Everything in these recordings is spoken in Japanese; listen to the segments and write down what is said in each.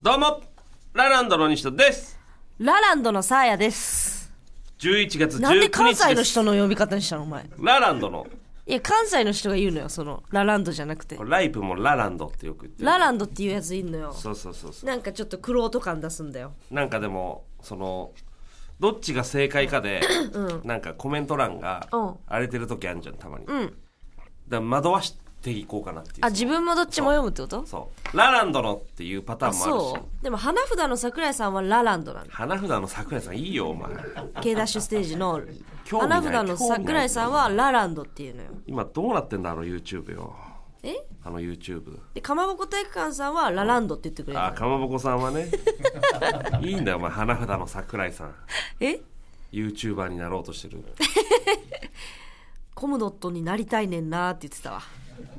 どうもラランドの西田ですラランドのサーヤです。 11月19日ですなんで関西の人の呼び方にしたのお前。ラランドのいや、関西の人が言うのよ、その、ラランドじゃなくて。ライプもラランドってよく言ってるラランドっていうやついんのよ。そうそうそうそなんかちょっとクロート感出すんだよ。うなんかでもそのどっちが正解かで、なんかコメント欄がうん荒れてる時あるじゃんたまに、んだから惑わしていこうかなっていうあ、自分もどっちも読むってことそうラランドのっていうパターンもあるしそう。でも花札の桜井さんはラランドなの。花札の桜井さんいいよお前 K ダッシュステージの興味ない花札の桜井さんはラランドっていうのよ。今どうなってんだあの YouTube よえあの YouTube で、かまぼこ体育館さんはラランドって言ってくれるあの。かまぼこさん はねいいんだよお前花札の桜井さんえ YouTuber になろうとしてるコムドットになりたいねんなーって言ってたわ。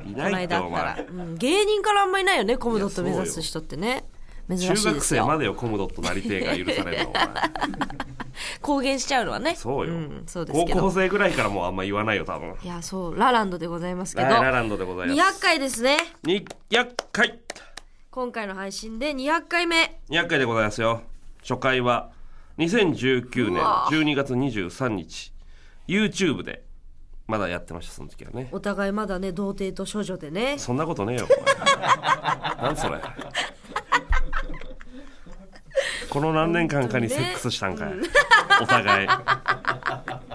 いこのないって間あおっ前たら、うん、芸人からあんまりないよねコムドット目指す人ってね珍中しいで学す生まよでよコムドットなりてえが許されるのお前 公言しちゃうのはねそうよ、ん、そうです高け校ど生ぐらいからもうあんま言わないよ多分はいいやそうラランドでございますけどラランドでございます200回ですね200回今回の配信で200回目200回でございますよ初回は2019年12月23日 YouTube でまだやってましたその時はねお互いまだね童貞と処女でねそんなことねえよ。なんそれ。この何年間かにセックスしたんかい。お互い。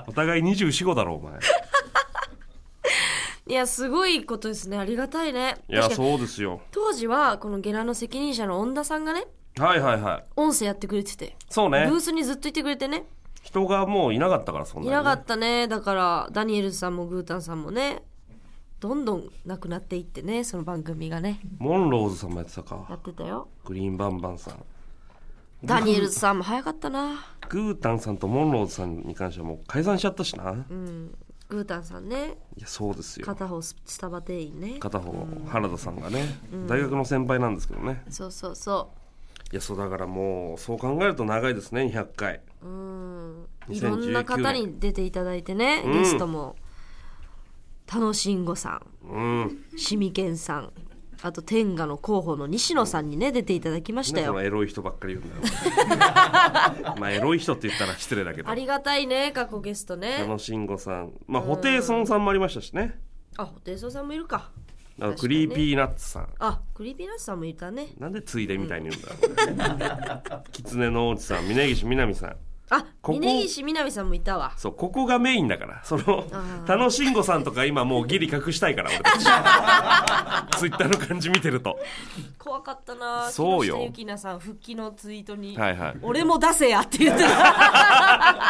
お互い二十四五だろお前。いいやすごいことですねありがたいねや確かにそうですよ。当時はこのゲラの責任者の恩田さんがねはいはいはい。音声やってくれててそうブね。ースにずっといてくれてね人がもういなかったからそんなにいね、なかったねだからダニエルさんもグータンさんもねどんどんなくなっていってねその番組がねモンローズさんもやってたやか。ってたよグリーンバンバンさん。ダニエルさんも早かったなグータンさんとモンローズさんに関してはもう解散しちゃったしな。グータンさんねいやそうですよ。片方ススタバ店員ね片方原田さんがね、大学の先輩なんですけどね。そうそうそいやそうだからもうそう考えると長いですね200回ううん2019いろんな方に出ていただいてねんゲストも田野慎吾さうんんシミケンさんあと天下の候補の西野さんにね出ていただきましたなんでそのよエロい人ばっかり言うんだ よまあエロい人って言ったら失礼だけどありがたいね過去ゲスト矢ね野慎吾さんまあ布袋孫さんもありましたしねあホテイソンさんもいるかあのク確かにリねーピーナッツさんあクリーピーナッツさんもいたねなんでついでみたいに言うんだろう、ね、狐の王子さん峯岸みなみさんあ、ここ峯岸みなみさんもいたわ。そうここがメインだからそのあー田野慎吾さんとか今もうギリ隠したいから俺た ちツイッターの感じ見てると怖かったな。そうよ木下ゆきなさん復帰のツイートに、はいはい俺も出せやって言ってた。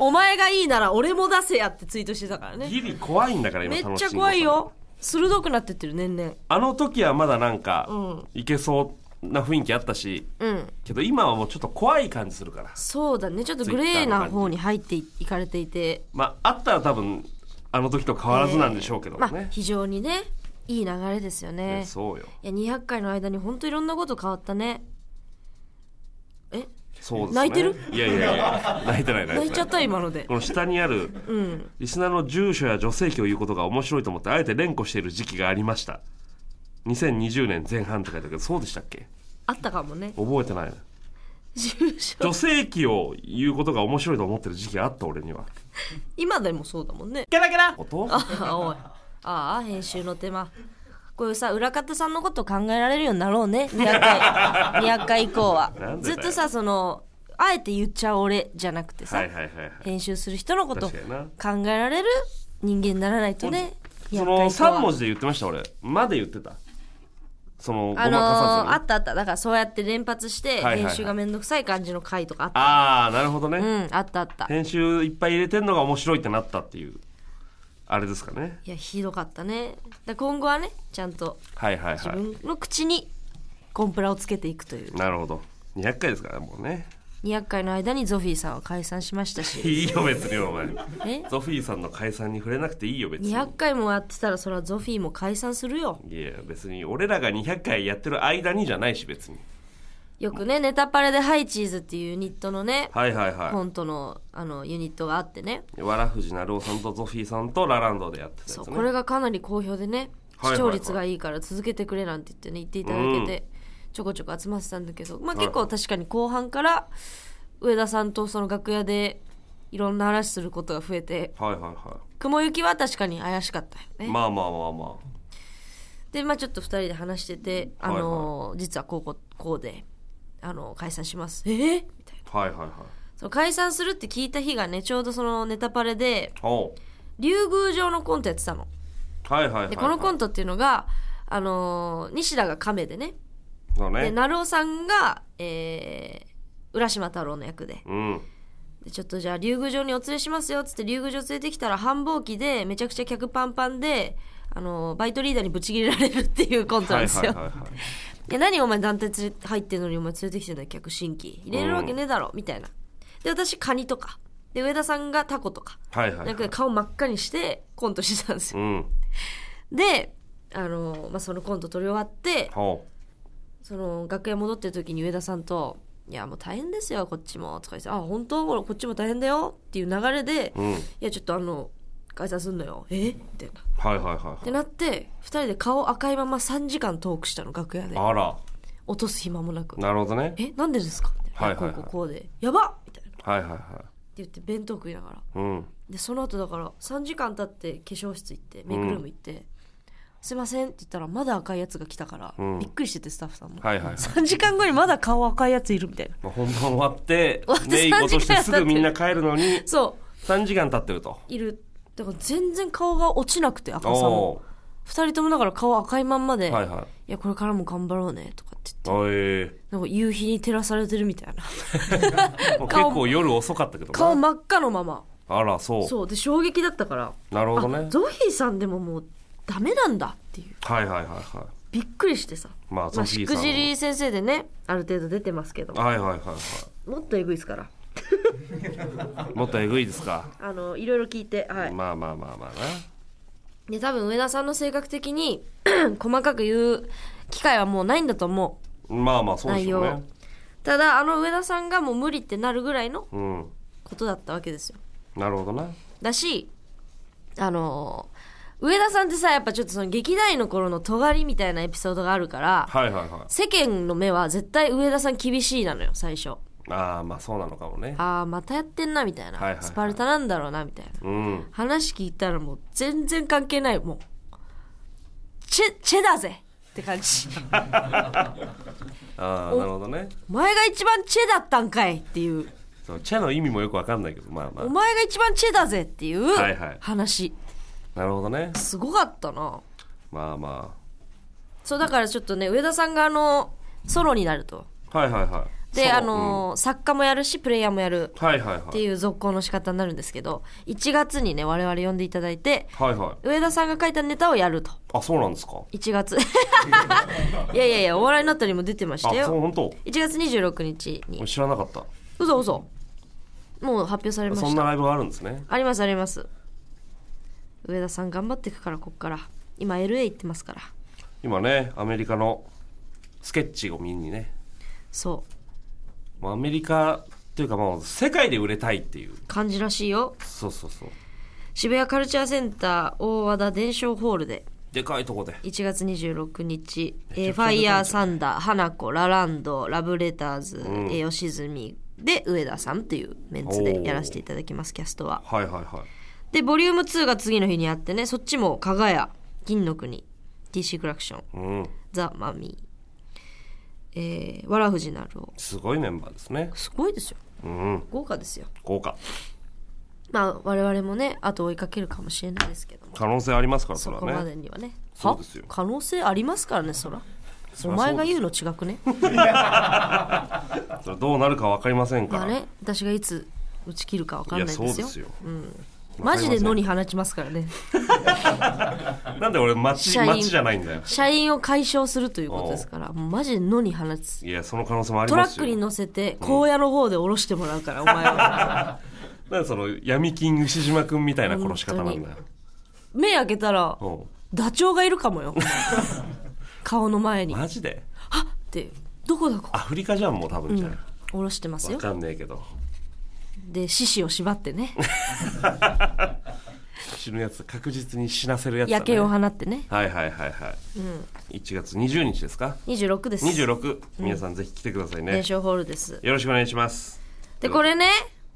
お前がいいなら俺も出せやってツイートしてたからね。ギリ怖いんだから今めっ田野ち慎ゃ吾さん怖いよ。鋭くなってってる年々。あの時はまだなんか、んいけそうな雰囲気あったし、うん。けど今はもうちょっと怖い感じするから。そうだね。ちょっとグレーな方に入っていかれていて、まあ、あったら多分、あの時と変わらずなんでしょうけどまあね。非常にね、いい流れですよねね。そうよ。いや200回の間に本当いろんなこと変わったね。え、そうですね。泣いてるいやいやい や、泣いてない泣いてない。泣いちゃった今のでこ。の下にある、リスナーの住所や女性器を言うことが面白いと思って、あえて連呼している時期がありました。2020年前半って書いてあるけど、そうでしたっけあったかもね。覚えてないな。住所女性器を言うことが面白いと思ってる時期があった俺には。今でもそうだもんねゲラゲラ音 あおいああ編集の手間こういうさ裏方さんのこと考えられるようになろうね200回200回以降はなんでだずっよとさそのあえて言っちゃう俺じゃなくてさ、はいはいはいはい。編集する人のこと考確かになえられる人間にならないとねその200回以降は3文字で言ってました俺まで言ってたそのごまかあさずにのーあったあっただからそうやって連発しはていはい編集がめんどくさい感じの回とかあった、ああなるほどね、うんあったあった編集いっぱい入れてんのが面白いってなったっていうあれですかねいやひどかったねだから今後はねちゃんとはいはいは自分の口にコンプラをつけていくといういなるほど200回ですからもうね200回の間にゾフィーさんは解散しましたし いいよ別にお前えゾフィーさんの解散に触れなくていいよ別にいや200回もやってたらそれはゾフィーも解散するよ別に俺らが200回やってる間にじゃないし別によくねネタパレでハイチーズっていうユニットのねはいはいはコントのあのユニットがあってねいわらふじなるおさんとゾフィーさんとラランドでやってたそやうつこねれがかなり好評でねはいはいはい視聴率がいいから続けてくれなんて言ってね言っていただけてちょこちょこ集まってたんだけど、まあ、結構確かに後半から上田さんとその楽屋でいろんな話することが増えてはいはいは雲行きは確かに怪しかったよねい。まあまあまあまでまあちょっと2人で話してて「あのー実はこうこうこうで、あのー解散します」えーみたいなあ。はいはいはい。その解散するって聞いた日がねちょうどそのネタパレでおう竜宮城のコントやってたのはいはいはい、はい。でこのコント。トっていうのがあのー西田が亀でねそうでね。成尾さんが、えー浦島太郎の役でうん。でちょっとじゃあ竜宮城にお連れしますよっつって竜宮城連れてきたら繁忙期でめちゃくちゃ客パンパンで、あのーバイトリーダーにぶち切れられるっていうコントなはんでいすはよ。いはいはい。いや何お前団体連れて入ってんのにお前連れてきてんだよ客新規入れるわけねえだろ、みたいなで私カニとかで上田さんがタコとかはいはい、なんはかい。顔真っ赤にしてコントしてたんですうよん。であの、まあ、そのコント撮り終わってほその楽屋戻ってる時に上田さんと「いやもう大変ですよこっちも」とか言って「あ本当これこっちも大変だよ」っていう流れで「う。うん。はいいやちょっとあの解散すんのよえみたいなっはいはいはてなって2人で顔赤いまま3時間トークしたの楽屋い。であら。落とす暇もなくなるほどね。えなんでですか?」みたいなは「いはいはいこうこうこうでやばっ!」みたいなってはいはいはい。言って弁当食いながらうん。でその後だから3時間経って化粧室行ってメイクルーム行って「すいません」って言ったらまだ赤いやつが来たから、うんびっくりしててスタッフさんも、はいはいはい。 3時間後にまだ顔赤いやついるみたいなまあ、本番終わって終わっ、てメイク落として3すぐみんな帰るのに、そう3時間経ってると。いるだから全然顔が落ちなくて赤さおもお2人ともだから顔赤いまんまで「ー。はいい、はい。やこれからも頑張ろうね」とかって言っておえなんか夕日に照らされてるみたいなー、もう結構夜遅かったけど顔な。真っ赤のままあら、そう。そうで衝撃だったからなるほどあね。ゾヒーさんでももうダメなんだっていうはいはいはいはい。びっくりしてさまあ、まゾあ、フィしーさくんは。じり先生でねある程度出てますけどもはいはいはいはもっとえぐいですからい。もっとえぐいですか。あのいろいろ聞いてはいまあまあまあまあで多分上田さんの性格的に 細かく言う機会はもうないんだと思うな。まあまあ、そうで内しょ容うをね。ただあの上田さんがもう無理ってなるぐらいのうん。ことだったわけですよなるほどな。だしあのー上田さんってさやっぱちょっとその劇団員の頃の尖りみたいなエピソードがあるからはいはいは世間の目は絶対上田さん厳しいなのよ最初い。ああ、まあそうなのかもね。ああまたやってんなみたいはな、いはいはいスパルタなんだろうなみたいなうん。話聞いたらもう全然関係ないもうチェチェだぜって感じ ああ、なるほどね。お前が一番チェだったんかいっていうそう、チェの意味もよくわかんないけど、まあまおあ。前が一番チェだぜっていうはいはい話、なるほどね。すごかったなまあまそうだからちょっとね上田さんがあのソロになるとあ。はいはいはい。でそうあ、のー作家もやるしプレイヤーもやるうんはいはいっはてい。いう続行の仕方になるんですけど1月にね我々呼んでいただいてはいはい。上田さんが書いたネタをやるとあ、そうなんですか。 1 月いやいやいやお笑いになったりも出てましあ、たそう、よ本当。 1月26日に知らなかった。嘘嘘もう発表されまそんしなたライブがあるんですね。ありますあります上田さん頑張っていくからこっから今 LA 行ってますから今ね、アメリカのスケッチを見にね。そうまあアメリカっていうか、まあ、世界で売れたいっていう。感じらしいよそうそうそう。渋谷カルチャーセンター大和田伝承ホールででかいとこで。 1月26日、めちえゃくーフちゃァ出てるじイゃんヤーサンダー花子ラランドラブレターズ、えー吉住で上田さんっていうメンツでやらせていただきますキャストははいはいはい。でボリューム2が次の日にあってねそっちも加賀屋銀の国 DC クラクションうん。ザ・マミーえー、わらふじなるおすごいメンバーですね。すごいですようん。豪華ですよ豪華。まあ我々もねあと追いかけるかもしれないですけども可能性ありますから、そそれこまはね。でにはねそうですよは可能性ありますからねそらりおゃ前が言うの違くねそれどうなるかわかりませんかまあら。ね私がいつ打ち切るか分かんいないや、ですそうよですよ。マジで野に放ちますからねなんで俺、町、社員町じゃないんだよ。社員を解消するということですからもうマジで野に放ついや、その可能性もありトラまッすクよ。に乗せて荒野の方で降ろしてもらうからお前はなんでその、闇金牛島くんみたいな殺し方なんだよ。目開けたらうん。ダチョウがいる かもよ顔の前にあっマジでてどこだここアフリカじゃん、もう多分じゃん。降ろしてますわよかんねえけど。で獅子を縛ってね獅死ぬやつ確実に死なせるやつだ、ね、夜景を放ってね、はいはいはいはうん、い1月20日ですか26です26皆さんぜひ来てください伝ね、承ホールですよろしくお願いしますでこれね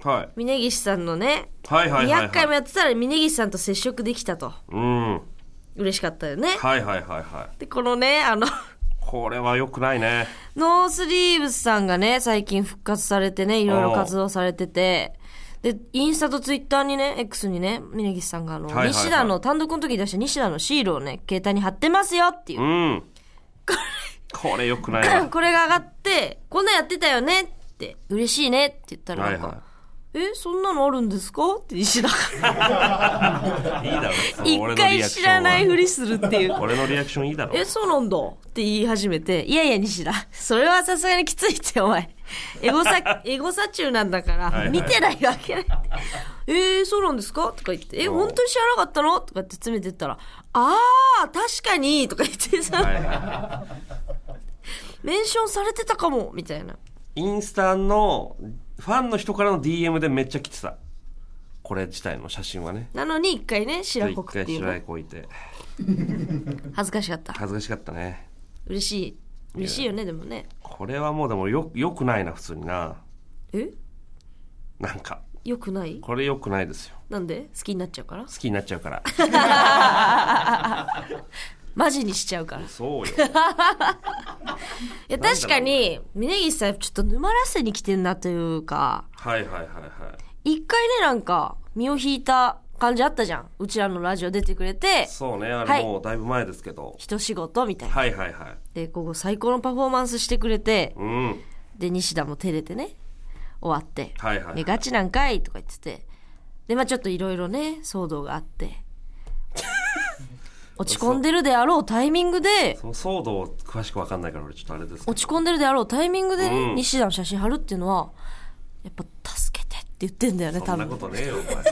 はい峯岸さんのね、はいはいはいはい200回もやってたら峯岸さんと接触できたとうんはい嬉しかったよねはいはいはいでこのねあの これは良くないねノースリーブスさんがね最近復活されてねいろいろ活動されててでインスタとツイッターにね X にね峯岸さんがあの、いはいはい西田の単独の時に出した西田のシールをね携帯に貼ってますよっていうう、んこれ良く ないわ これが上がってこんなんやってたよねって嬉しいねって言ったらはないんか、はえそんなのあるんですかって西田がいいいだろ その一俺のリ回アクショ知ンはらないふりするっていう俺のリアクションいいだろえそうなんだって言い始めていやいや西田それはさすがにきついってお前エ ゴサエゴサ中なんだから、いはい見てないわけないえー、そうなんですかとか言って「えおう本当に知らなかったの?」とかって詰めてったら「あー確かに」とか言ってさ、はいはいメンションされてたかも」みたいなインスタのファンの人からの DM でめっちゃ来てたこれ自体の写真はねなのに一回ね白一黒っ回てい知うらなのい子いて恥ずかしかった恥ずかしかったね嬉しい嬉しいよねでもねこれはもうでもよよくないな普通になえなんかよくないこれよくないですよなんで好きになっちゃうから好きになっちゃうからマジにしちゃうからいそうよや確かに峯岸さんちょっと沼らせに来てんなというかはいはいはいはい一回ねなんか身を引いた感じあったじゃんうちらのラジオ出てくれてそうねあはれいもうだいぶ前ですけど、一仕事みたいなはい、はいはいでここ最高のパフォーマンスしてくれてうんで西田も照れてね終わってはいはいはいでガチなんかいとか言っててでまあちょっといろいろね騒動があって 落ち込んでるであろうタイミングでその騒動詳しく分かんないから俺ちょっとあれですけど落ち込んでるであろうタイミングでね、うん西田の写真貼るっていうのはやっぱ助けてって言ってんだよねそ多んな分ことねえよお前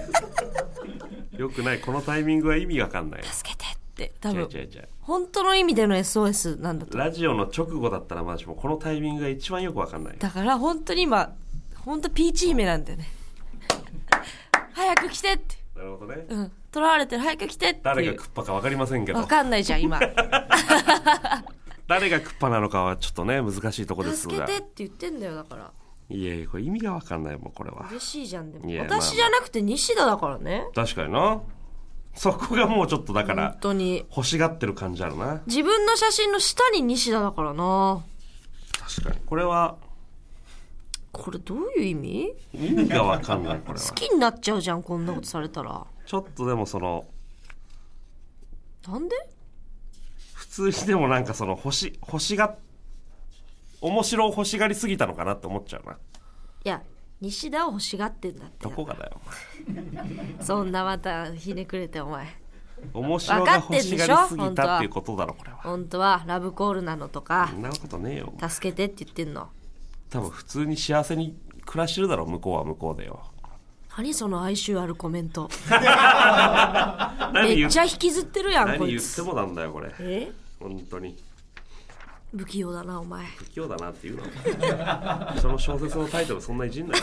よくないこのタイミングは意味分かんないよ助けてって多違分う違う違う本当の意味での SOS なんだとラジオの直後だったらまだしもこのタイミングが一番よく分かんないよだから本当に今本当ピーチ姫なんだよね 早く来てってなるほどねうん捕らわれてる早く来てって誰いがうクッパか分かりませんけわどかんないじゃ ん今誰がクッパなのかはちょっとね難しいとこです助けがてって言ってんだよだからいやいやこれ意味が分かんないもんこれは嬉しいじゃんでもいや私じゃなくて西田だからね確かになそこがもうちょっとだか本ら当に欲しがってる感じあるな自分の写真の下に西田だからな確かにこれはこれどういう意味意味が分かんないこれは 好きになっちゃうじゃんこんなことされたらちょっとでもそのなんで普通にでもなんかその欲し欲しが面白を欲しがりすぎたのかなって思っちゃうないや西田を欲しがってんだってどこがだよそんなまたひねくれてお前お前面白が欲しがりすぎたっていうことだろこれは本当はラブコールなのとかそんなことねえよ助けてって言ってんの多分普通に幸せに暮らしてるだろ向こうは向こうでよ何その哀愁あるコメント何め言っっちゃ引きずってるやんこ何い言ってつもなんだよこれえ本当に不器用だなお前不器用だなっていうの その小説のタイトルそんないじんない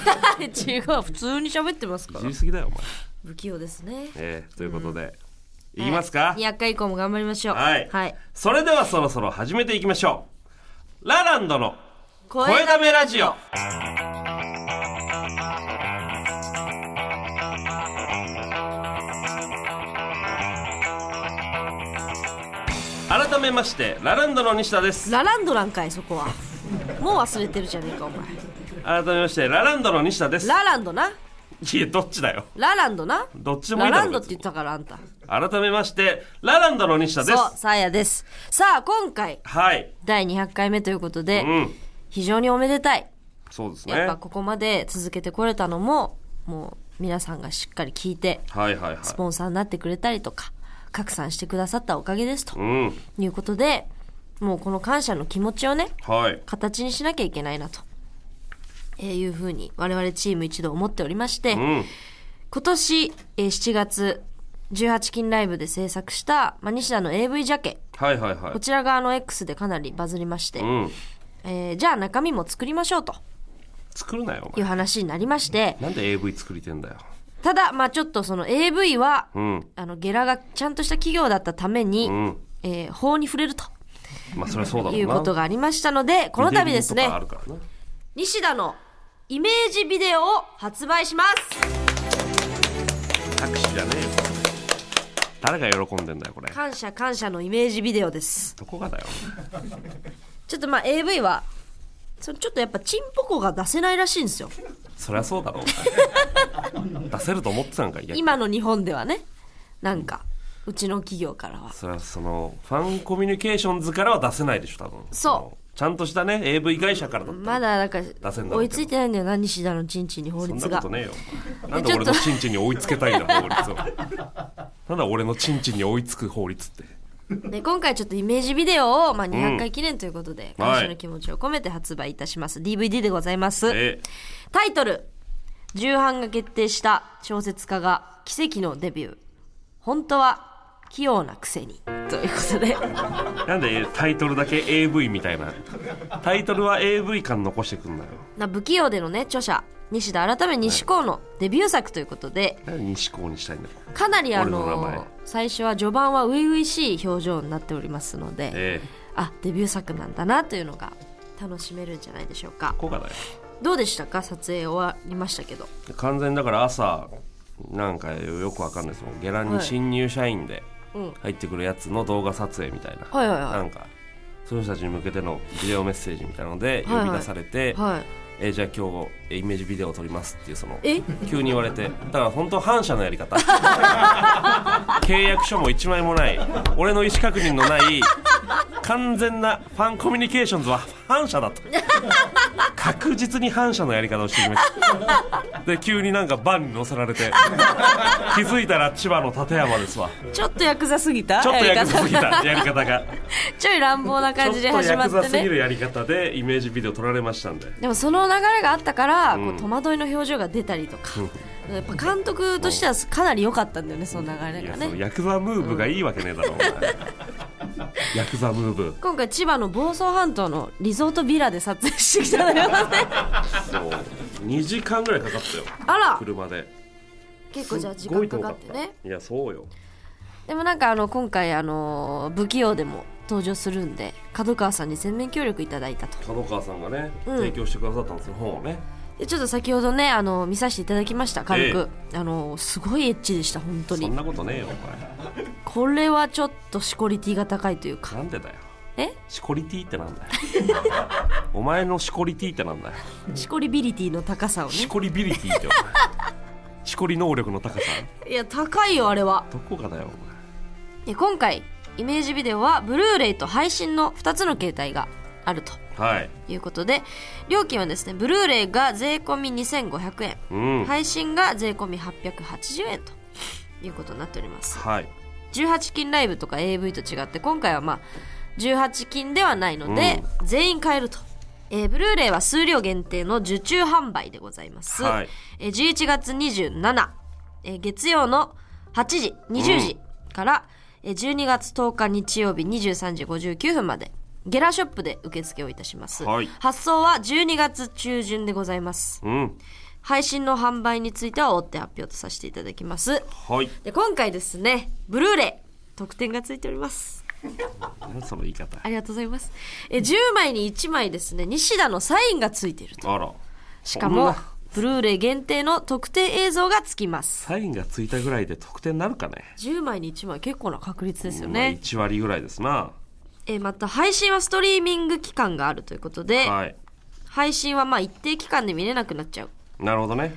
違う普通に喋ってますかじらりすぎだよお前不器用ですねええということで、いきますか、 200回以降も頑張りましょうはいそれではそろそろ始めていきましょうラランドの声だめラジオ改めましてラランドの西田ですラランドランかいそこはもう忘れてるじゃねえかお前改めましてラランドの西田ですラランドないやどっちだよラランドなどっちでもいラいだラろンドって言別ったからあんたに改めましてラランドの西田でそうすサーヤですさあ今回はい第200回目ということで、うん非常におめでたいそうですねやっぱここまで続けてこれたのももう皆さんがしっかり聞いてはいはいはいスポンサーになってくれたりとか拡散してくださったおかげですとうんいうことでもうこの感謝の気持ちをねはい形にしなきゃいけないなと、えーいうふうに我々チーム一同思っておりまして、うん今年、えー7月18金ライブで制作した、まあ、西田の AV ジャケはいはいはこちら側の X でかなりバズりまして、いうんえーじゃあ中身も作りましょうと作るなよおい前う話になりましてなんで AV 作りてんだよただまあちょっとその AV は、うんあのゲラがちゃんとした企業だったために、うんえー法に触れるとまあそれはそうだろうないうことがありましたのでこの度ですビデオとかあねるからな西田のイメージビデオを発売します拍手じゃねえよ誰が喜んでんだよこれ感謝感謝のイメージビデオですどこがだよちょっとまあ AV はそのちょっとやっぱチンポコが出せないらしいんですよそりゃそうだろ う出せると思ってたんかいや今の日本ではねなんかうちの企業からはそれはそのファンコミュニケーションズからは出せないでしょ多分そうちゃんとしたね AV 会社からだったらまだなんかせんだろうけど追いついてないんだよな西田のチンチンにそ法ん律なこがとねえよなんで俺のチンチンに追いつけたいんだ法律をなんだ俺のチンチンに追いつく法律ってで今回ちょっとイメージビデオを、まあ、200回記念ということで、はい感謝の気持ちを込めて発売いたします DVD でございます、えタイトル「重版が決定した小説家が奇跡のデビュー本当は器用なくせに」ということ でなんでタイトルだけ AV みたいなタイトルは AV 感残してくんなよな不器用でのね著者西田改め西高のデビュー作ということでなんで西高にしたいんだよかなりあ俺の名前の最初は序盤は初々しい表情になっておりますので、えあデビュー作なんだなというのが楽しめるんじゃないでしょうかえここがだよどうでしたか撮影終わりましたけど完全にだから朝なんかよくわかんないですもんゲラに新入社員でうん入ってくるやつの動画撮影みたいな、はいはいはいなんかその人たちに向けてのビデオメッセージみたいなのではいはい呼び出されて、はいえーじゃあ今日イメージビデオを撮りますっていうそのえ急に言われてだから本当反社のやり方 契約書も1枚もない俺の意思確認のない完全なファンコミュニケーションズは反社だ と確実に反社のやり方をしてきましたで急になんかバンに乗せられて気づいたら千葉の館山ですわちょっとヤクザすぎたちょっとヤクザすぎやりたやり方が方 ちょい乱暴なちょ感っじとで始ヤまっクザてすぎねるやり方でイメージビデオ撮られましたんででもその流れがあったから、こううん戸惑いの表情が出たりとか、やっぱ監督としてはかなり良かったんだよねその流いれがやそのねヤクザムーブがいいわけねえだろ、お前ヤクザムーブ今回千葉の房総半島のリゾートビラで撮影してきたの よねそう2時間ぐらいかかったよあら車で結構じゃあ時すご間いか遠かってねたいやそうよでもなんかあの今回あの不器用でも登場するんで角川さんに全面協力いただいたと角川さんがね、うん提供してくださったんですよ本をねでちょっと先ほどねあの見させていただきました軽く、あのすごいエッチでした本当そにんなことねえよおこれはちょっとシコリティが高いというか前なんでだよえシコリティってなんだ よお前のシコリティってなんだよシコリビリティの高さをねシコリビリティってお前 シコリ能力の高さいや高いよあれはどこがだよで今回イメージビデオはブルーレイと配信の2つの形態があるとお前はいいうことで料金はですねブルーレイが税込み2500円、うんはい、配信が税込み880円ということになっております18金ライブとか AV と違って今回はまあ18金ではないので、全員買えると、えーブルーレイは数量限定の受注販売でございます、はいえー11月27、えー月曜の8時20時から、えー12月10日日曜日23時59分までゲラショップで受付をいたします、はい発送は12月中旬でございますうん配信の販売については追って発表とさせていただきますはいで今回ですねブルーレイ特典がついております何その言い方ありがとうございますえ10枚に1枚ですね西田のサインがついているとあらしかそんもなブルーレイ限定の特典映像がつきますサインがついたぐらいで得点なるかね10枚に1枚結構な確率ですよまあね、 1割ぐらいですなえまた配信はストリーミング期間があるということで、はい配信はまあ一定期間で見れなくなっちゃうなるほどね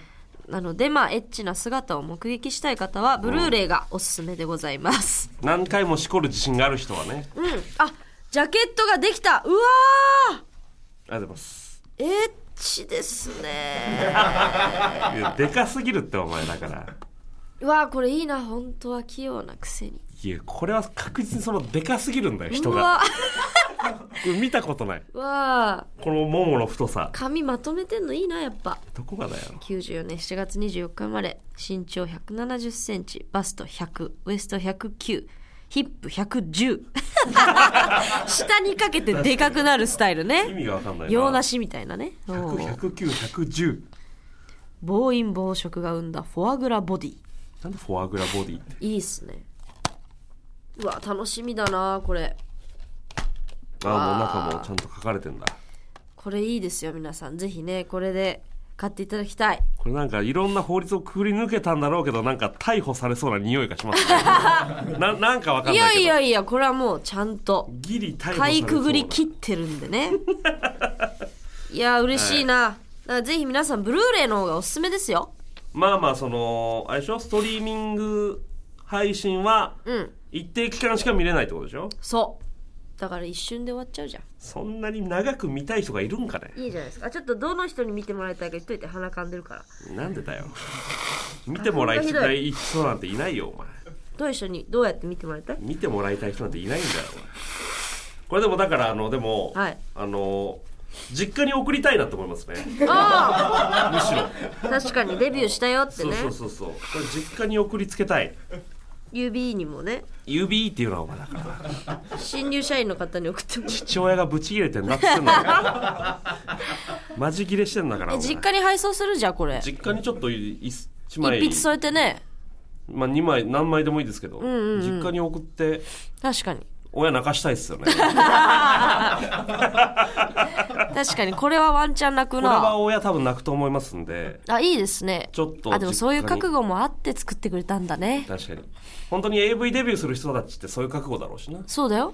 なのでまあエッチな姿を目撃したい方はブルーレイがおすすめでございます、何回もしこる自信がある人はねうん、あジャケットができたうわあーりがとうございますエッチですねいやでかすぎるってお前だからうわこれいいな本当は器用なくせにいやこれは確実にそのでかすぎるんだよ人うがわこれ見たことないうわこのももの太さ髪まとめてんのいいなやっぱどこがだよ94年7月24日生まれ身長1 7 0センチバスト100ウエスト109ヒップ110 下にかけてでかくなるスタイル意ね味がわかんないな洋梨みたいなねおー100109暴飲暴食が生んだフォアグラボディなんでフォアグラボディっていいっすねうわ楽しみだなこれあもう中もちゃんと書かれてんだこれいいですよ皆さんぜひねこれで買っていただきたいこれなんかいろんな法律をくぐり抜けたんだろうけどなんか逮捕されそうな匂いがします ねななんかわかんいないやけどいやいやこれはもうちゃん とギリ逮捕さかれそういなくぐり切ってるんでね いや嬉しいな、だからぜひ皆さんブルーレイの方がおすすめですよまあまあそのあれでしょストリーミング配信はうん一定期間しか見れないってことでしょそうだから一瞬で終わっちゃうじゃんそんなに長く見たい人がいるんかねいいじゃないですかちょっとどの人に見てもらいたいか言っといて鼻かんでるからなんでだよ見てもらいたい人なんていないよお前どう一緒にどうやって見てもらいたい見てもらいたい人なんていないんだよお前これでもだからあのでも、 はいあの実家に送りたいなと思いますねあむしろあ確かにデビューしたよってそうねそうそうそうこれ実家に送りつけたい指にもね指っていうのはお前だから新入社員の方に送っても ら父親がブチ切れてんなっつってん だからマジ切れしてんだからえお前実家に配送するじゃんこれ実家にちょっと1枚一筆添えてねまあ、2枚何枚でもいいですけど、実家に送って確かに親泣かしたいっすよ ねこ確かにこれはワンチャン泣くれはな親多分泣くと思いますんであいいですねちょっとあでもそういう実家に覚悟もあって作ってくれたんだね確かに本当に AV デビューする人たちってそういう覚悟だろうしなそうだよ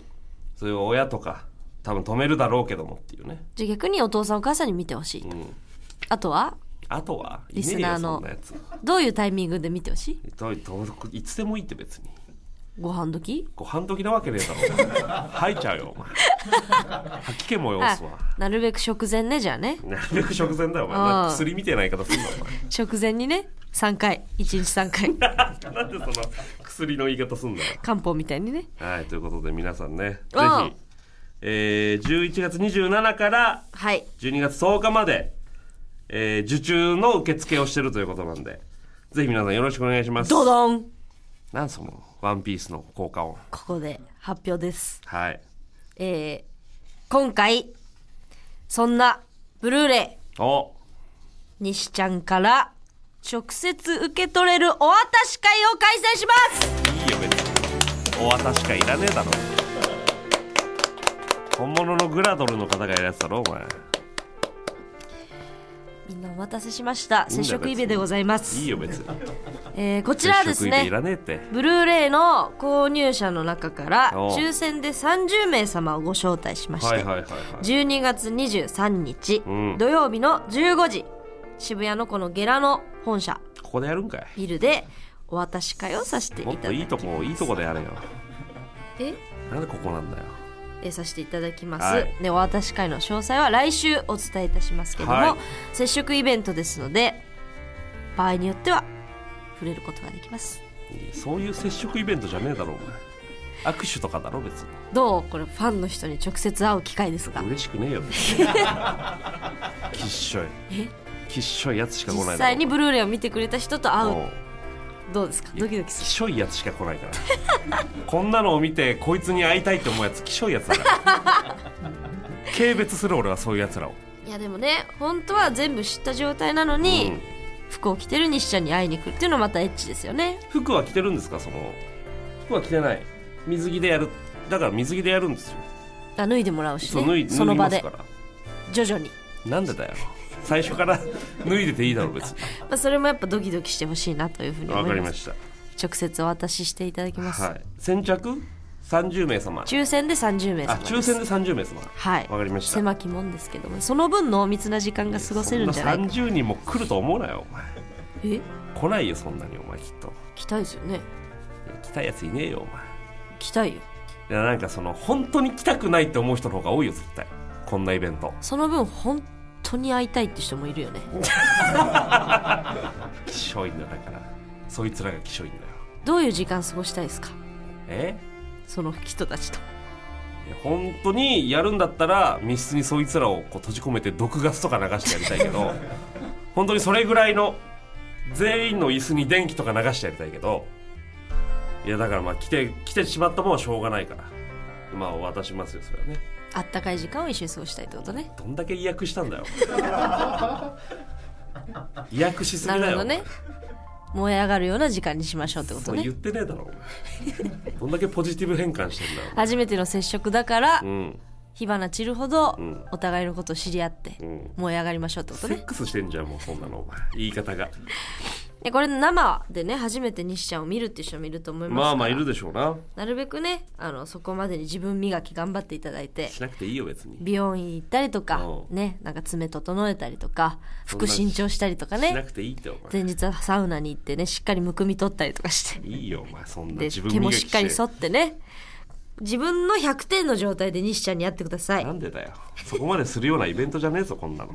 そういう親とか多分止めるだろうけどもっていうね、じゃあ逆にお父さんお母さんに見てほしい、うん、あとはあとはいねえよリスナーのそんなやつどういうタイミングで見てほしいどうどういつでもいいって別にご飯時ご飯時なわけねえだろ 吐いちゃうよお前吐き気もよすわはいなるべく食前ねじゃあねなるべく食前だよお前うんなんか薬みてえない方すんな食前にね3回1日3回 お前なんでその薬の言い方すんだよ漢方みたいにねはい、ということで皆さんね、ぜうんひ、えー、11月27からはい12月10日まで、えー、受注の受付をしてるということなんで、ぜひ皆さんよろしくお願いします。ドドンなんその、ワンピースの効果音。ここで発表ですはい。えー、今回そんなブルーレおイ西ちゃんから直接受け取れるお渡し会を開催しますいいよ別に。お渡しかいらねえだろ。本物のグラドルの方がやるやつだろ、お前。みんなお待たせしましたいいんだよ接触イベでございますいいよ別に。えー、こちらはで接す触いねらねえって。ブルーレイの購入者の中からお抽選で30名様をご招待しまして、はいはいはいはい。 12月23日、うん土曜日の15時渋谷のこのゲラの本社ここでやるんかい。ビルでお渡し会をさせていもったとだいいとこ、いいとこでやれよ。えなんでここなんだよ。えさせていただきます、はいでお渡し会の詳細は来週お伝えいたしますけども、はい接触イベントですので場合によっては触れることができますそういう接触イベントじゃねえだろお前握手とかだろ別にどうこれファンの人に直接会う機会ですが嬉しくねえよ別 にきっしょいえきっしょいやつしか来ないだろ実際にブルーレイを見てくれた人とお会前うどうですかドキドキきっすしょいやつしか来ないから こんなのを見てこいつに会いたいって思うやつきっしょいやつだから 軽蔑する俺はそういうやつらをるいやでもね本当は全部知った状態なのに、うん服を着てる西ちゃんに会いに来るっていうのはまたエッチですよね服は着てるんですかその服は着てない水着でやるだから水着でやるんですよあ脱いでもらうしそうね脱い脱そぎの場ますでから徐々に、なんでだよ最初 から脱いでていいだろ別にまあ、それもやっぱドキドキしてほしいなというふうにわ思かいりまますした直接お渡ししていただきます、はい、先着30名様抽選で30名あ様です抽選で30名様はいわかりました狭きもんですけどもその分濃密な時間が過ごせるんじゃないそんかな30人も来ると思うなよお前え来ないよそんなにお前きっと来たいですよねいや来たいやついねえよお前来たいよいやなんかその本当に来たくないって思う人の方が多いよ絶対こんなイベントその分本当に会いたいって人もいるよねきしょいんだよだからそいつらがきしょいんだよどういう時間過ごしたいですかえその人たちといや本当にやるんだったら密室にそいつらをこう閉じ込めて毒ガスとか流してやりたいけ ど本当にそれぐらいの全員の椅子に電気とか流してやりたいけどいやだからまあ来て来てしまったものはしょうがないからまあお渡しますよそれはね あったかい時間を一緒に過ごしたいってことねどんだけ意訳したんだよ違約しすぎなるだほよどね燃え上がるような時間にしましょうってことそう言ねってねえだ ろお前どんだけポジティブ変換してんだ初めての接触だからうん火花散るほどんお互いのことを知り合ってうん燃え上がりましょうってことセッねクスしてんじゃんもうそんなのお前言い方がえこれ生でね初めて西ちゃんを見るっていう人もいると思いますからまあまあいるでしょうななるべくねあのそこまでに自分磨き頑張っていただいてしなくていいよ別に美容院行ったりとかうんねなんか爪整えたりとかそん服な新調したりとかしなねくていいってお前前日はサウナに行ってねしっかりむくみ取ったりとかしていいよお前そんなで自分毛磨もきしっかりして剃ってね自分の100点の状態で西ちゃんにやってくださいなんでだよそこまでするようなイベントじゃねえぞこんなの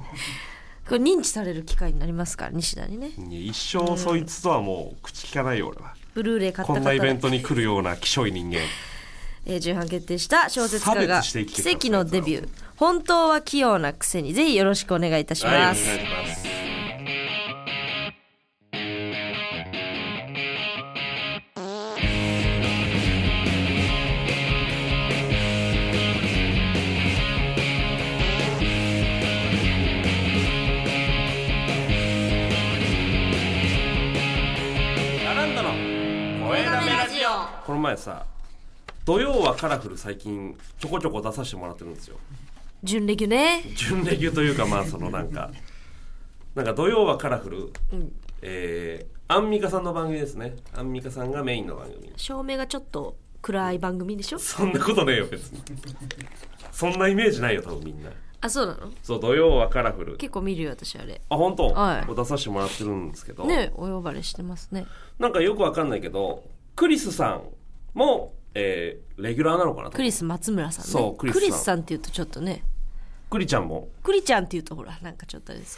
これ認知される機会になりますから西田にねいや一生そいつとはもう口聞かないよ俺はブルーレイ買ったこん方なイベでントに来るようなきしょい人間えー、重版決定した小説家差が別して奇生きてきた跡のデビュー本当は器用なくせにぜひよろしくお願いいたしはいお願まいしす、ますラランドの声だめラジオこの前さ土曜はカラフル最近ちょこちょこ出させてもらってるんですよ純レギュね 純レギュというかまあそのなんかなんか土曜はカラフル、えーアンミカさんの番組ですねアンミカさんがメインの番組照明がちょっと暗い番組でしょそんなことねえよ別にそんなイメージないよ多分みんなあそうなのそう土曜はカラフル結構見るよ私あれあ本当、はいこう出させてもらってるんですけど、ねお呼ばれしてますねなんかよくわかんないけどクリスさんも、えーレギュラーなのかなとクリス松村さんねそうクリスさんクリスさんっていうとちょっとねクリちゃんもクリちゃんっていうとほらなんかちょっとあれです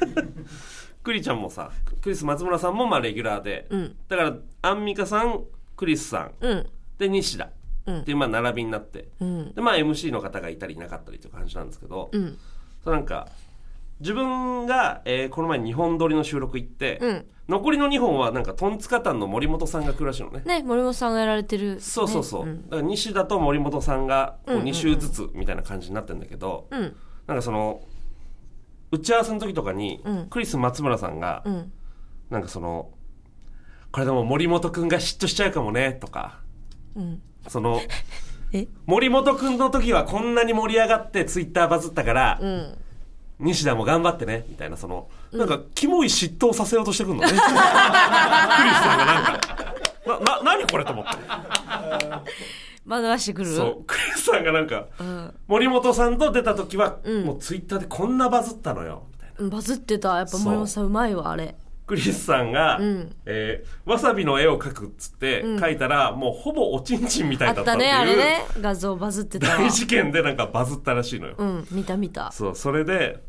けどクリちゃんもさクリス松村さんもまあレギュラーで、うんだからアンミカさんクリスさんうんで西田うんっていうまあ並びになって、うんでまあ MC の方がいたりいなかったりという感じなんですけど、うんそうなんか自分が、えーこの前2本撮りの収録行って、うん残りの2本はなんかトンツカタンの森本さんが来るらしいのね。ね森本さんがやられてる、ね、そうそうそう、んだから西田と森本さんがこうんううんう2ん週ずつみたいな感じになってんだけど、うんなんかその打ち合わせの時とかに、うんクリス松村さんが、うんなんかその「これでも森本くんが嫉妬しちゃうかもね」とかうんそのえ森本くんの時はこんなに盛り上がってツイッターバズったから、うん西田も頑張ってねみたいなその、なんかキモい嫉妬をさせようとしてくる のねクリスさんがなんかなな何これと思って惑わしてくるそうクリスさんがなんかうん森本さんと出た時は、うんもうツイッターでこんなバズったのよみたいなバズってたやっぱ森本さんうまいわあれクリスさんが、うんえーわさびの絵を描くっつってうん描いたら、もうほぼおちんちんみたいあだっったたってねあれいねう画像バズってたわ大事件でなんかバズったらしいのよ、うん見た見たそうそれで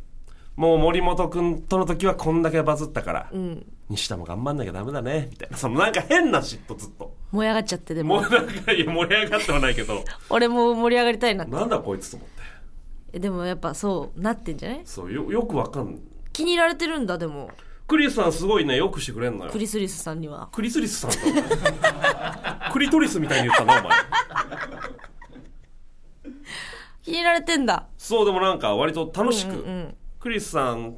もう森本君との時はこんだけバズったから、うん西田も頑張んなきゃダメだねみたいなそのなんか変な嫉妬ずっと燃え上がっちゃってでもうもなんかいや盛り上がってはないけ ど俺も盛り上がりたいなってなんだこいつと思ってえでもやっぱそうなってんじゃないそうよよくわかんない気に入られてるんだでもクリスさんすごいねよくしてくれんのよクリスリスさんにはクリスリスさんとクリトリスみたいに言ったなお前気に入られてんだそうでもなんか割と楽しく、うんうんクリスさん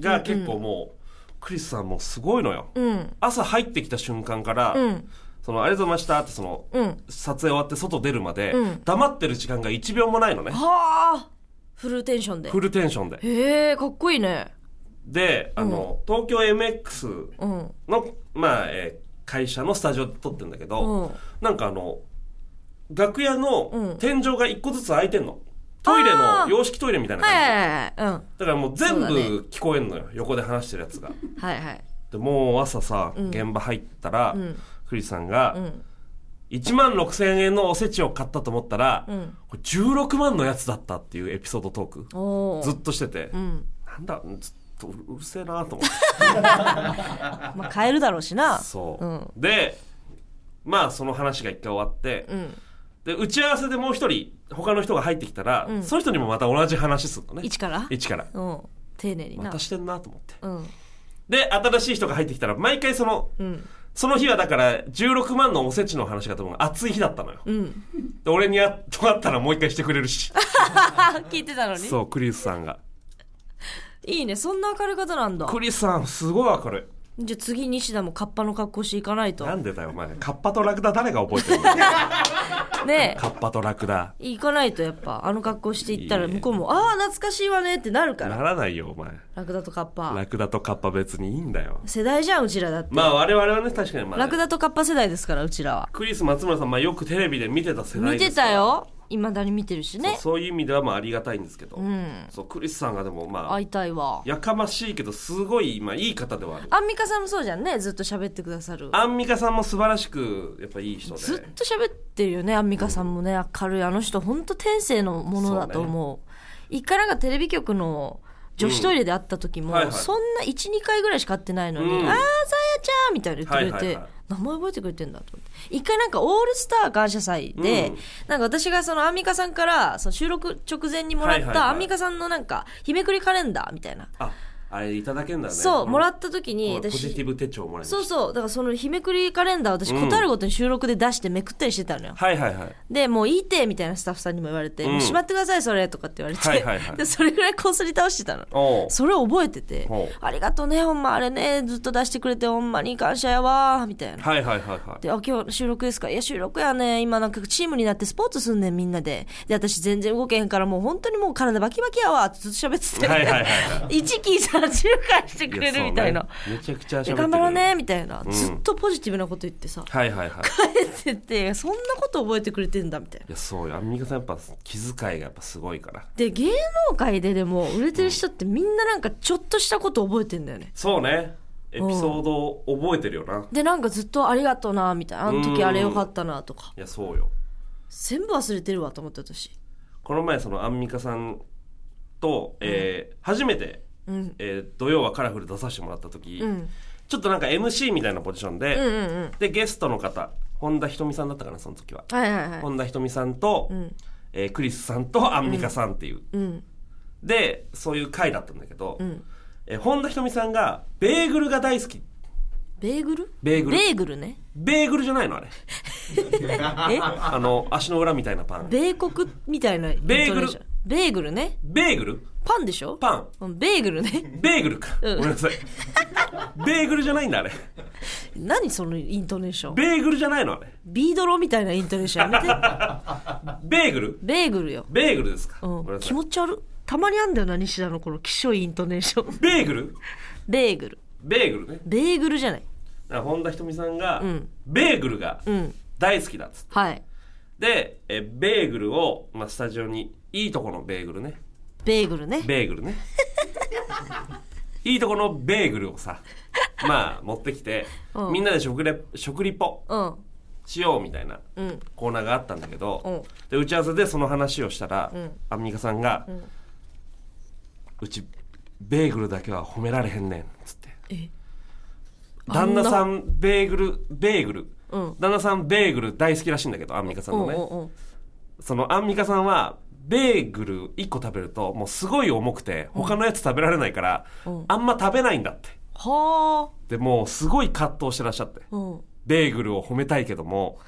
が結構もう、クリスさんもうすごいのよ、うん朝入ってきた瞬間から、うんそのありがとうございましたってその、うん撮影終わって外出るまで、うん黙ってる時間が1秒もないのねはあフルテンションでフルテンションでへえかっこいいねであの、東京 MX うんの、まあえー会社のスタジオで撮ってんだけど、うんなんかあの楽屋うんの天井が1個ずつ開いてんのトイレあのー洋式トイレみたいなはい感じ、はいはいはいだからもう全そうだね部聞こえんのよ、横で話してるやつがうんはいはいでもう朝さ、ん現場入ったら、うんクリスさんが、うん1万6000円のおせちを買ったと思ったら、うんこれ16万のやつだったっていうエピソードトークおおずっとしてて、うんなんだずっとうるせえなと思ってまあ買えるだろうしなそう、うんでまあその話が一回終わって、うんで打ち合わせでもう一人他の人が入ってきたら、うんその人にもまた同じ話すんのね一から一からうん丁寧にまなたしてんなと思ってうんで新しい人が入ってきたら毎回そのうんその日はだから16万のおせちの話が多分熱い日だったのよ うんで俺にやっと会ったらもう一回してくれるしあ聞いてたのにそうクリスさんがいいねそんな明るい方なんだクリスさんすごい明るじゃあ次西田もカッパの格好していかないいとなんでだよお前カッパとラクダ誰が覚えてるの ねカッパとラクダえ行かないとやっぱあの格好していったらいいね向こうも「ああ懐かしいわね」ってなるかなららないよお前ラクダとカッパラクダとカッパ別にいいんだよ世代じゃんうちらだってまあ我々はね確かにまあねラクダとカッパ世代ですからうちらはクリス松村さんまあよくテレビで見てた世代見でてすからたよいまだに見てるしそうねそういう意味ではまあありがたいんですけど、うんそうクリスさんがでもまあ会いたいわやかましいけどすごい今いい方ではあるアンミカさんもそうじゃんねずっと喋ってくださるアンミカさんも素晴らしくやっぱいい人でずっと喋ってるよねアンミカさんもね明るいあの人本当天性のものだと思う一回なんかテレビ局の女子トイレで会った時も、うんはいはいそんな12回ぐらいしか会ってないのに「うんあーさやちゃん」みたいな言ってくれて、はいはいはい名前覚えてくれてんだと思って一回なんか「オールスター感謝祭で」うんなんか私がそのアンミカさんからその収録直前にもらはいはいっはいたアンミカさんのなんか日めくりカレンダーみたいな、ああれいただけんだねそうもらっった時にポジティブ手帳もらいましたそうそうだからその日めくりカレンダー私うんこるごとに収録で出してめくったりしてたのよ、はいはいはいでもういいってみたいなスタッフさんにも言われて「うんもうしまってくださいそれ」とかって言われて、はいはいはい でそれぐらいこすり倒してたのおうそれを覚えててほう「ありがとうねほんまあれねずっと出してくれてほんまに感謝やわ」みたいな。はいはいはいはいであ今日収録ですかいや収録やね今なんかチームになってスポーツすんねんみんなでで私全然動けへんからもう本当にもう体バキバキやわってずっと喋ってて、はいはいはい 1聞いたら10回してくれるみたいな、やそうねめちゃくちゃ喋ってくでれる頑張ろうねみたいな、ずっとポジティブなこと言ってさはいはいはい帰っててそんなこと覚えてくれてんだみたいないやそうよアンミカさんやっぱ気遣いがやっぱすごいからで芸能界ででも売れてる人ってみんななんかちょっとしたこと覚えてんだよねそうねエピソードを覚えてるよなでなんかずっと「ありがとうな」みたいな「あの時あれよかったな」とかいやそうよ全部忘れてるわと思って私この前そのアンミカさんと、えー初めて、うんえー土曜はカラフル」出させてもらった時、うんちょっとなんか MC みたいなポジションで、うんうんうんでゲストの方本田仁美さんだったかなその時は、はいはいはい本田仁美さんと、んえークリスさんとアンミカさんっていう、うんでそういう回だったんだけど、うんえー本田仁美さんがベーグルが大好きベーグルベーグルねベーグルじゃないのあれえあの足の裏みたいなパン米国みたいなベーグルイントネーションベーグルねベーグルパンでしょパンンベーグルね ベーグルか、うんごめんなさいベーグルじゃないんだあれ何そのイントネーションベーグルじゃないのあれビードロみたいなイントネーションや めてベーグルベーグルよベーグルですか、ごめうんん、な気さい持ち悪いたまにあんだよな西田のこのきしょいイントネーシ ョンベーグルベーグルベーグルねベーグルじゃないだから本田仁美さんが、んベーグルがうん大好きだっつってはいでえベーグルを、まあ、スタジオにいいとこのベーグルねベーグルねベーグル ねいいとこのベーグルをさまあ持ってきて、うんみんなで食レ食リポうんしようみたいなうんコーナーがあったんだけど、うんで打ち合わせでその話をしたら、んアンミカさんが、うちベーグルだけは褒められへんねん」っつってえ旦那さんベーグルベーグル、うん旦那さんベーグル大好きらしいんだけどアンミカさんうんのうね、んうんそのアンミカさんはベーグル1個食べるともうすごい重くて他のやつ食べられないから、うんあんま食べないんだってはでもうすごい葛藤してらっしゃってあうんうんベーグルを褒めたいけども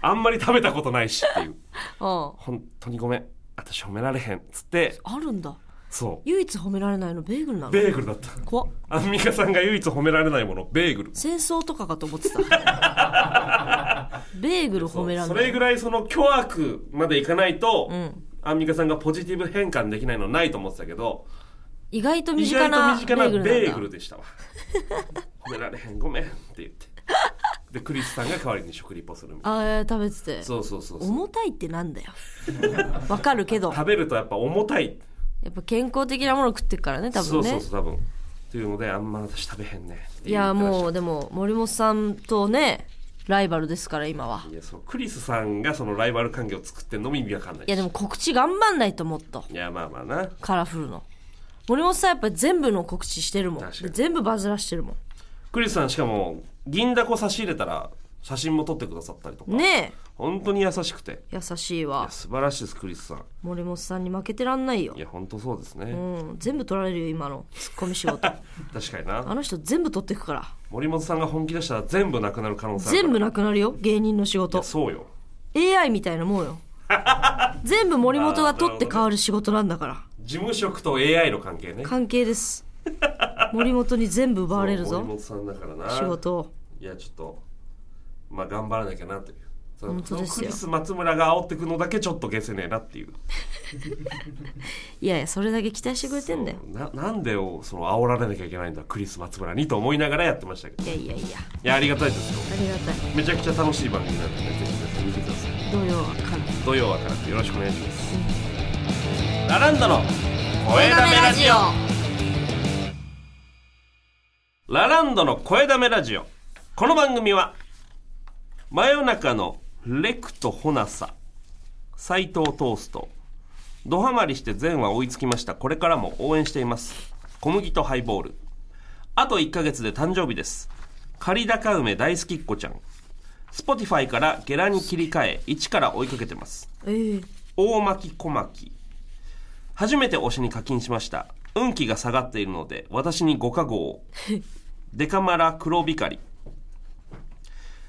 あんまり食べたことないしっていうあ本当にごめん私褒められへんっつってるんだそ唯一褒められないのベーグルなうのベーグルだった怖っアンミカさんが唯一褒められないものベーグル戦争とかかと 思ってたベーグル褒めらそうそれなれいぐらいその巨悪までいかないと、んアンミカさんがポジティブ変換できないのないと思ってたけど意外と身意近外とな身ベ近なーベグルなんだーグルで したわ褒められへんごめんって言ってでクリスさんが代わりに食リポするみたいあー食べててなそうそうそうそう重たいってなんだ よわかるけど食べるとやっぱ重たいやっぱ健康的なもの食ってるからね多そ分うねそうそう多分っていうのであんま私食べへんねってい言やってらっしゃもるうでも森本さんとねライバルですから今はいやそうクリスさんがそのライバル関係を作ってんのも意味わかんないしいやでも告知頑張んないともっといやまあまあなカラフルの森本さんやっぱ全部の告知してるもん確かに全部バズらしてるもクリスさんしかも銀だこ差し入れたら写真も撮ってくださったりとかんね本当に優しくてえ優しいいわや素晴らしいですクリスさん森本さんに負けてらんないよいや本当そうですね、うん全部取られるよ今のツッコミ 仕事確かにあなの人全部取ってくから森本さんが本気出したら全部なくなる可能性あるから全部なくなるよ芸人の仕い事やそうよ AI みたいなもんよ全部森本が取って変わる仕事なんだから事務職と AI の関係ね関係です森本に全部奪われるそう森ぞ本さんだからな仕事をいやちょっとまあ頑張らなきゃなというその本当ですよそのクリス松村が煽ってくのだけちょっと消せねえなっていういやいやそれだけ期待してくれてんだよそうななんでをその煽られなきゃいけないんだクリス松村にと思いながらやってましたけどいやいやいやいやありがたいですよありがたいめちゃくちゃ楽しい番組なんでねぜひ皆さん見てください土曜はかな土曜はからよろしくお願いしますラランドの声ダメラジオオラランドの声だめラジオこの番組は真夜中のレクとホナサ斎藤トーストドハマりして前は追いつきましたこれからも応援しています小麦とハイボールあと1ヶ月で誕生日です仮高梅大好きっ子ちゃん Spotify からゲラに切り替え1から追いかけてますええ大巻小巻初めて推しに課金しました運気が下がっているので私にご加護をデカマラ黒光り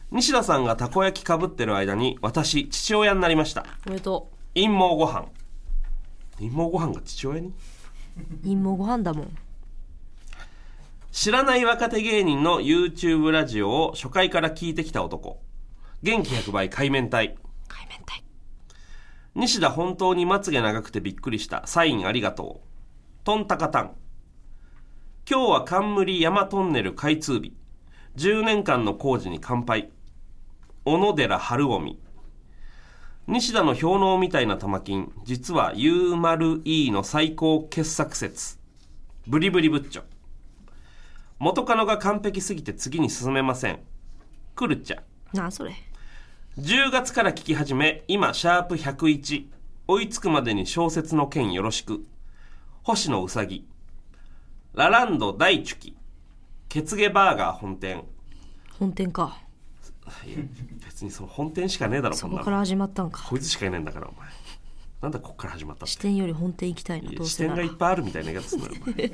西田さんがたこ焼きかぶってる間に私父親になりましたおめでと陰謀ご飯陰謀ご飯が父親にう陰謀ご飯だもん知らない若手芸人の YouTube ラジオを初回から聞いてきた男元気100倍海面体海綿体西田本当にまつげ長くてびっくりしたサインありがとうトンタカタン今日は冠山トンネル開通日10年間の工事に乾杯小野寺春臣西田の氷嚢みたいな玉金実は U○E の最高傑作説ブリブリブッチョ元カノが完璧すぎて次に進めませんクルチャなあそれ10月から聞き始め今シャープ101追いつくまでに小説の件よろしく星野うさぎラランド大チュキケツゲバーガー本店本店かいや別にその本店しかねえだろこそんこなかのら始まったんかこいつしかいないんだからお前なんだこっから始まったっ支店より本店行きたいなていどやう視せ点ながいっらぱいあるみたいな言い方すんなよお前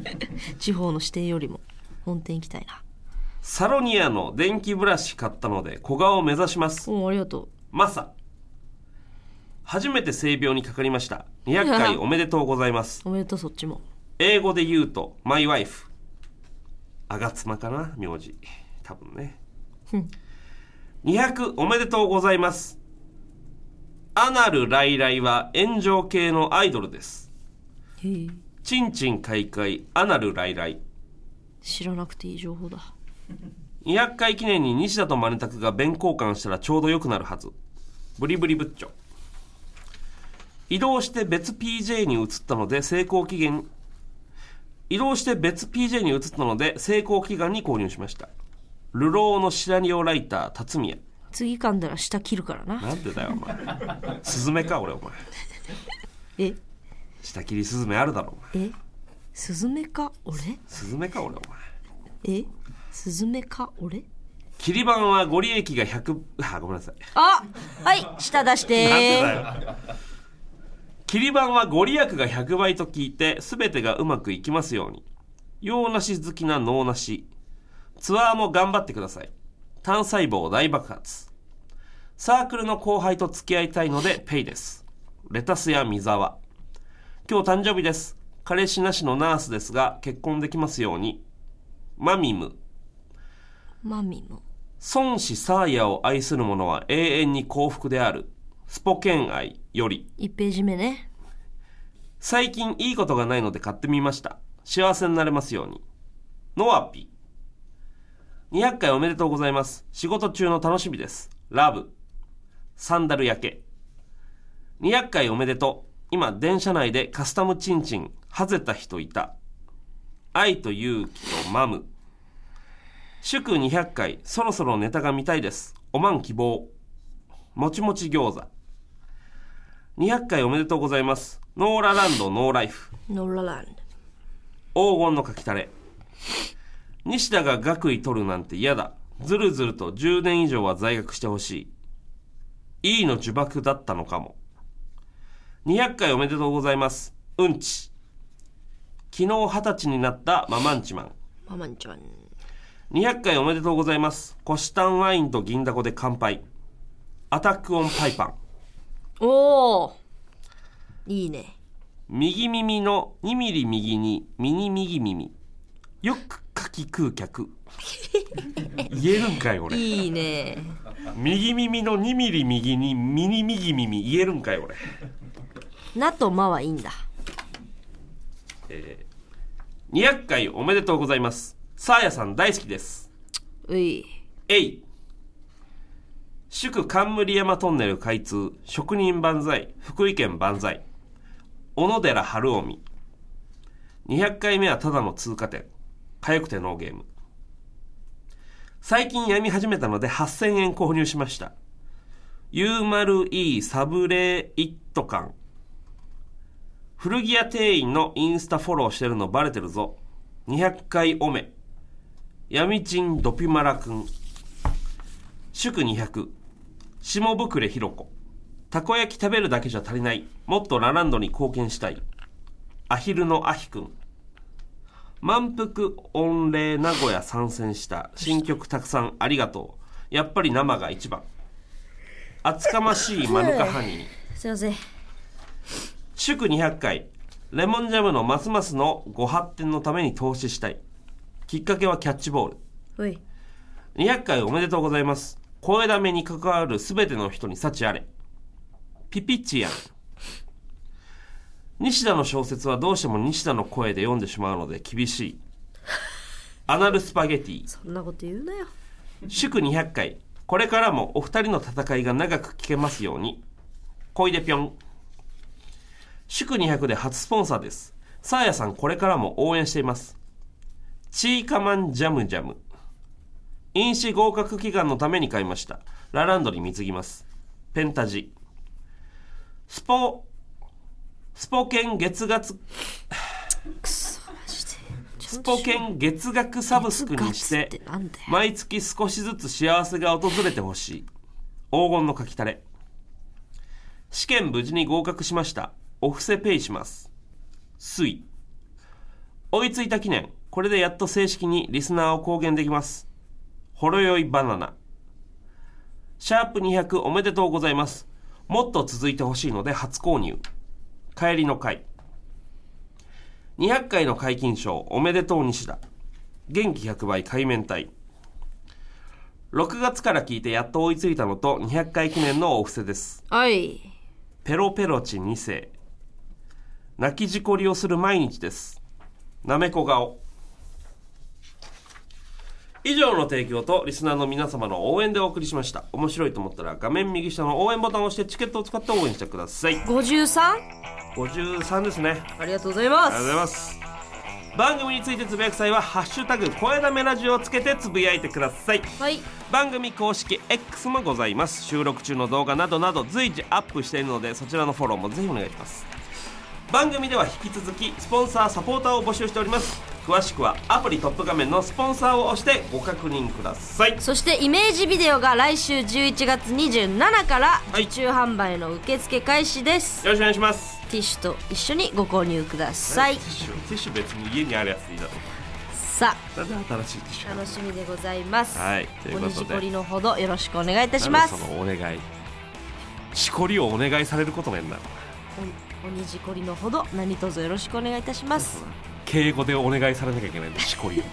地方の支店よりも本店行きたいなサロニアの電気ブラシ買ったので小顔を目指しますおおありがとマサ初めて性病にかかりました200回おめでとうございますうおめでとうそっちも英語で言うと、マイワイフ。あがつまかな、名字。多分ね。うん200おめでとうございます。アナルライライは炎上系のアイドルです。へえチンチンカイカイ、アナルライライ。知らなくていい情報だ200回記念に西田とマネタクが弁交換したらちょうど良くなるはず。ブリブリブッチョ。移動して別 PJ に移ったので成功期限、移動して別 PJ に移ったので成功祈願に購入しました。ルローのシナリオライター、辰宮。次噛んだら下切るからななんでだよ、お前。スズメか、俺、お前。え下切りスズメあるだろ、お前。えスズメか俺スズメか、俺、お前。えスズメか俺切り板はご利益が100、あ、ごめんなさい。あはい下出しなんでてだよ。切り板はご利益が100倍と聞いて、すべてがうまくいきますように。洋梨好きな脳梨。ツアーも頑張ってください。単細胞大爆発。サークルの後輩と付き合いたいので、ペイです。レタスや水沢。今日誕生日です。彼氏なしのナースですが、結婚できますように。マミム。マミム孫子サーヤを愛する者は永遠に幸福である。スポケン愛より。 1ページ目ね最近いいことがないので買ってみました。幸せになれますように。ノアピ。200回おめでとうございます。仕事中の楽しみです。ラブ。サンダル焼け。200回おめでとう。今、電車内でカスタムチンチン、はぜた人いた。愛と勇気とマム。祝200回、そろそろネタが見たいです。おまん希望。もちもち餃子。200回おめでとうございます。ノーラランド、ノーライフ。ノーララン黄金のかきたれ西田が学位取るなんて嫌だずるずると10年以上は在学してほしい E の呪縛だったのかも200回おめでとうございますうんち昨日二十歳になったママンチマンママンちゃん200回おめでとうございますコシタンワインと銀だこで乾杯アタックオンパイパンおおいいね右耳の2ミリ右に右右耳よくかき空脚言えるんかい俺いいね右耳の2ミリ右に右右耳言えるんかい俺なとまはいいんだえー、200回おめでとうございますサーヤさん大好きですういえい祝冠山トンネル開通職人万歳福井県万歳小野寺春臣200回目はただの通過点かゆくてノーゲーム最近やみ始めたので8000円購入しましたゆうまるいいサブレイット感古着屋店員のインスタフォローしてるのバレてるぞ200回おめ闇人ドピマラくん祝200下ぶくれひろこたこ焼き食べるだけじゃ足りないもっとラランドに貢献したいアヒルのアヒくん満腹御礼名古屋参戦した新曲たくさんありがとうやっぱり生が一番厚かましいマヌカハニーすいません祝200回レモンジャムのますますのご発展のために投資したいきっかけはキャッチボールうい200回おめでとうございます声だめに関わるすべての人に幸あれピピチアン西田の小説はどうしても西田の声で読んでしまうので厳しいアナルスパゲティそんなこと言うなよ祝200回これからもお二人の戦いが長く聞けますように小出ぴょん祝200で初スポンサーですサーヤさんこれからも応援していますチーカマンジャムジャム飲酒合格祈願のために買いましたラランドに貢ぎますペンタジスポスポ券月額くそマジでススポ券月額サブスクにしてなんだよ毎月少しずつ幸せが訪れてほしい黄金のかきたれ試験無事に合格しましたお布施ペイします水追いついた記念これでやっと正式にリスナーを公言できますほろ酔いバナナシャープ200おめでとうございますもっと続いてほしいので初購入帰りの会200回の解禁賞おめでとう西田元気100倍海面体6月から聞いてやっと追いついたのと200回記念のお布施ですはいペロペロチ2世泣きじこりをする毎日ですなめこ顔以上の提供とリスナーの皆様の応援でお送りしました面白いと思ったら画面右下の応援ボタンを押してチケットを使って応援してください 53? 53ですねありがとうございまありすがとうございます番組についてつぶやく際は「ハッシュタグ声だめラジオ」をつけてつぶやいてくださいはい番組公式 X もございます収録中の動画などなど随時アップしているのでそちらのフォローもぜひお願いします番組では引き続きスポンサーサポーターを募集しております詳しくはアプリトップ画面のスポンサーを押してご確認くださいそしてイメージビデオが来週11月27からい受注販売の受付開始です、よろしくお願いしますティッシュと一緒にご購入ください、ティッシュティッシュ別に家にあるやつでいいだろさあうなんで新しいティッシュ楽しみでございますはいというおことにでじこりのほどよろしくお願いいたしますそのお願いしこりをお願いされることねんなおおにじこりのほど何卒よろしくお願いいたします敬語でお願いされなきゃいけないんでしこりをよ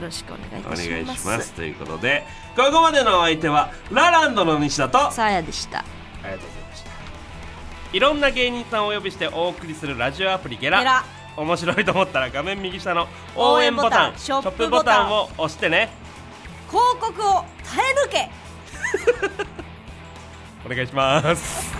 ろしくお願いいおた願いしますしますということでここまでのお相手はラランドの西田とさあやでしたありがとうございましたいろんな芸人さんをお呼びしてお送りするラジオアプリゲラゲラ面白いと思ったら画面右下の応援ボタン応援ボタンシショョッッププボボタタンンを押してね広告を耐え抜けお願いします